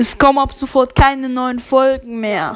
Es kommen ab sofort keine neuen Folgen mehr.